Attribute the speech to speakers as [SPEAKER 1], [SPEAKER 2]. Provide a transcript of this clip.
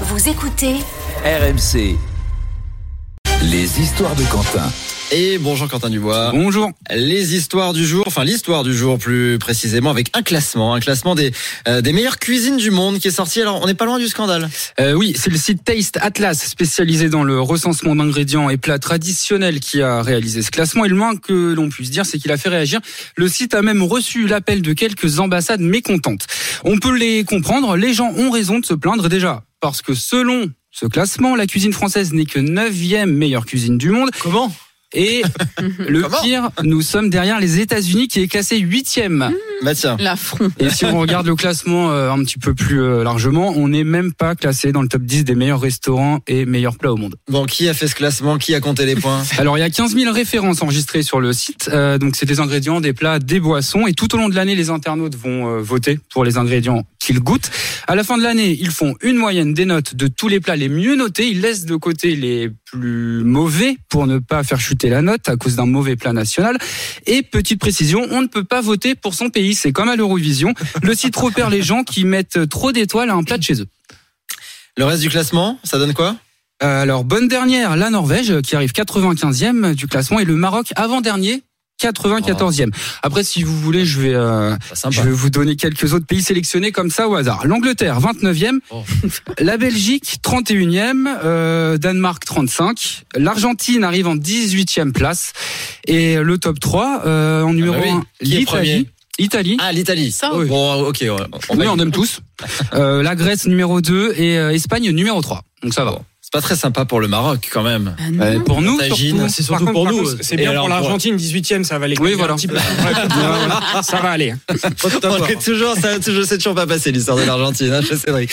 [SPEAKER 1] Vous écoutez
[SPEAKER 2] RMC. Les histoires de Quentin.
[SPEAKER 3] Et bonjour Quentin Dubois.
[SPEAKER 4] Ah. Bonjour.
[SPEAKER 3] Les histoires du jour, enfin l'histoire du jour plus précisément, avec un classement, un classement des, euh, des meilleures cuisines du monde qui est sorti. Alors on n'est pas loin du scandale.
[SPEAKER 4] Euh, oui, c'est le site Taste Atlas, spécialisé dans le recensement d'ingrédients et plats traditionnels, qui a réalisé ce classement. Et le moins que l'on puisse dire, c'est qu'il a fait réagir. Le site a même reçu l'appel de quelques ambassades mécontentes. On peut les comprendre, les gens ont raison de se plaindre déjà, parce que selon ce classement, la cuisine française n'est que 9e meilleure cuisine du monde.
[SPEAKER 3] Comment
[SPEAKER 4] Et le
[SPEAKER 3] Comment
[SPEAKER 4] pire, nous sommes derrière les États-Unis, qui est classé 8e.
[SPEAKER 3] Bah tiens.
[SPEAKER 5] L'affront.
[SPEAKER 4] Et si on regarde le classement euh, un petit peu plus euh, largement, on n'est même pas classé dans le top 10 des meilleurs restaurants et meilleurs plats au monde.
[SPEAKER 3] Bon, qui a fait ce classement Qui a compté les points
[SPEAKER 4] Alors il y a 15 000 références enregistrées sur le site, Euh, donc c'est des ingrédients, des plats, des boissons, et tout au long de l'année, les internautes vont euh, voter pour les ingrédients qu'ils goûtent. À la fin de l'année, ils font une moyenne des notes de tous les plats les mieux notés, ils laissent de côté les plus mauvais pour ne pas faire chuter la note à cause d'un mauvais plat national. Et petite précision, on ne peut pas voter pour son pays, c'est comme à l'Eurovision, le site repère les gens qui mettent trop d'étoiles à un plat de chez eux.
[SPEAKER 3] Le reste du classement, ça donne quoi
[SPEAKER 4] Euh, Alors, bonne dernière, la Norvège, qui arrive 95e du classement, et le Maroc, avant-dernier, 94e. Après, si vous voulez, je vais, euh,
[SPEAKER 3] Pas sympa.
[SPEAKER 4] je vais vous donner quelques autres pays sélectionnés comme ça au hasard. L'Angleterre, 29e.
[SPEAKER 3] Oh.
[SPEAKER 4] La Belgique, 31e. euh, Danemark, 35. L'Argentine arrive en 18e place. Et le top 3, euh, en numéro
[SPEAKER 3] bah oui.
[SPEAKER 4] 1,
[SPEAKER 3] Qui est
[SPEAKER 4] l'Italie.
[SPEAKER 3] premier
[SPEAKER 4] Italie.
[SPEAKER 3] Ah, l'Italie.
[SPEAKER 5] Ça,
[SPEAKER 4] oui.
[SPEAKER 3] Bon, ok. ouais, on
[SPEAKER 4] oui,
[SPEAKER 3] va-
[SPEAKER 4] on aime tous. Euh, la Grèce, numéro 2. Et euh, Espagne, numéro 3. Donc ça va.
[SPEAKER 3] Bon, C'est pas très sympa pour le Maroc quand même.
[SPEAKER 5] Ah non.
[SPEAKER 4] Euh, pour nous,
[SPEAKER 3] Tagine,
[SPEAKER 4] surtout,
[SPEAKER 6] Mmh. C'est surtout
[SPEAKER 4] Par contre,
[SPEAKER 6] pour
[SPEAKER 4] par
[SPEAKER 6] nous. euh,
[SPEAKER 4] contre,
[SPEAKER 6] C'est
[SPEAKER 3] Et
[SPEAKER 6] bien
[SPEAKER 3] alors,
[SPEAKER 6] pour
[SPEAKER 3] pour-
[SPEAKER 6] l'Argentine, 18 e ça va les calmer
[SPEAKER 4] Oui, voilà.
[SPEAKER 6] un petit peu. Ouais, ça va aller.
[SPEAKER 3] On est toujours, ça, je sais toujours pas passer l'histoire de l'Argentine, hein, je sais, Cédric.